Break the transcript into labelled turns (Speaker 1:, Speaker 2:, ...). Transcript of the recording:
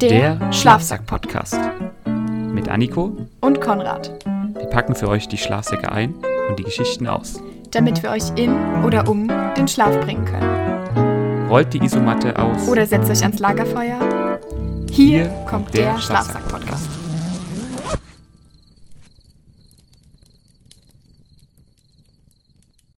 Speaker 1: Der,
Speaker 2: Der
Speaker 1: Schlafsack-Podcast.
Speaker 2: Mit Anniko,
Speaker 1: Und Konrad,
Speaker 2: wir packen für euch die Schlafsäcke ein und die Geschichten aus.
Speaker 1: damit wir euch in oder um den Schlaf bringen können.
Speaker 2: Rollt die Isomatte aus.
Speaker 1: Oder setzt euch ans Lagerfeuer. Hier, kommt der, Schlafsack-Podcast.
Speaker 2: Schlafsack-Podcast.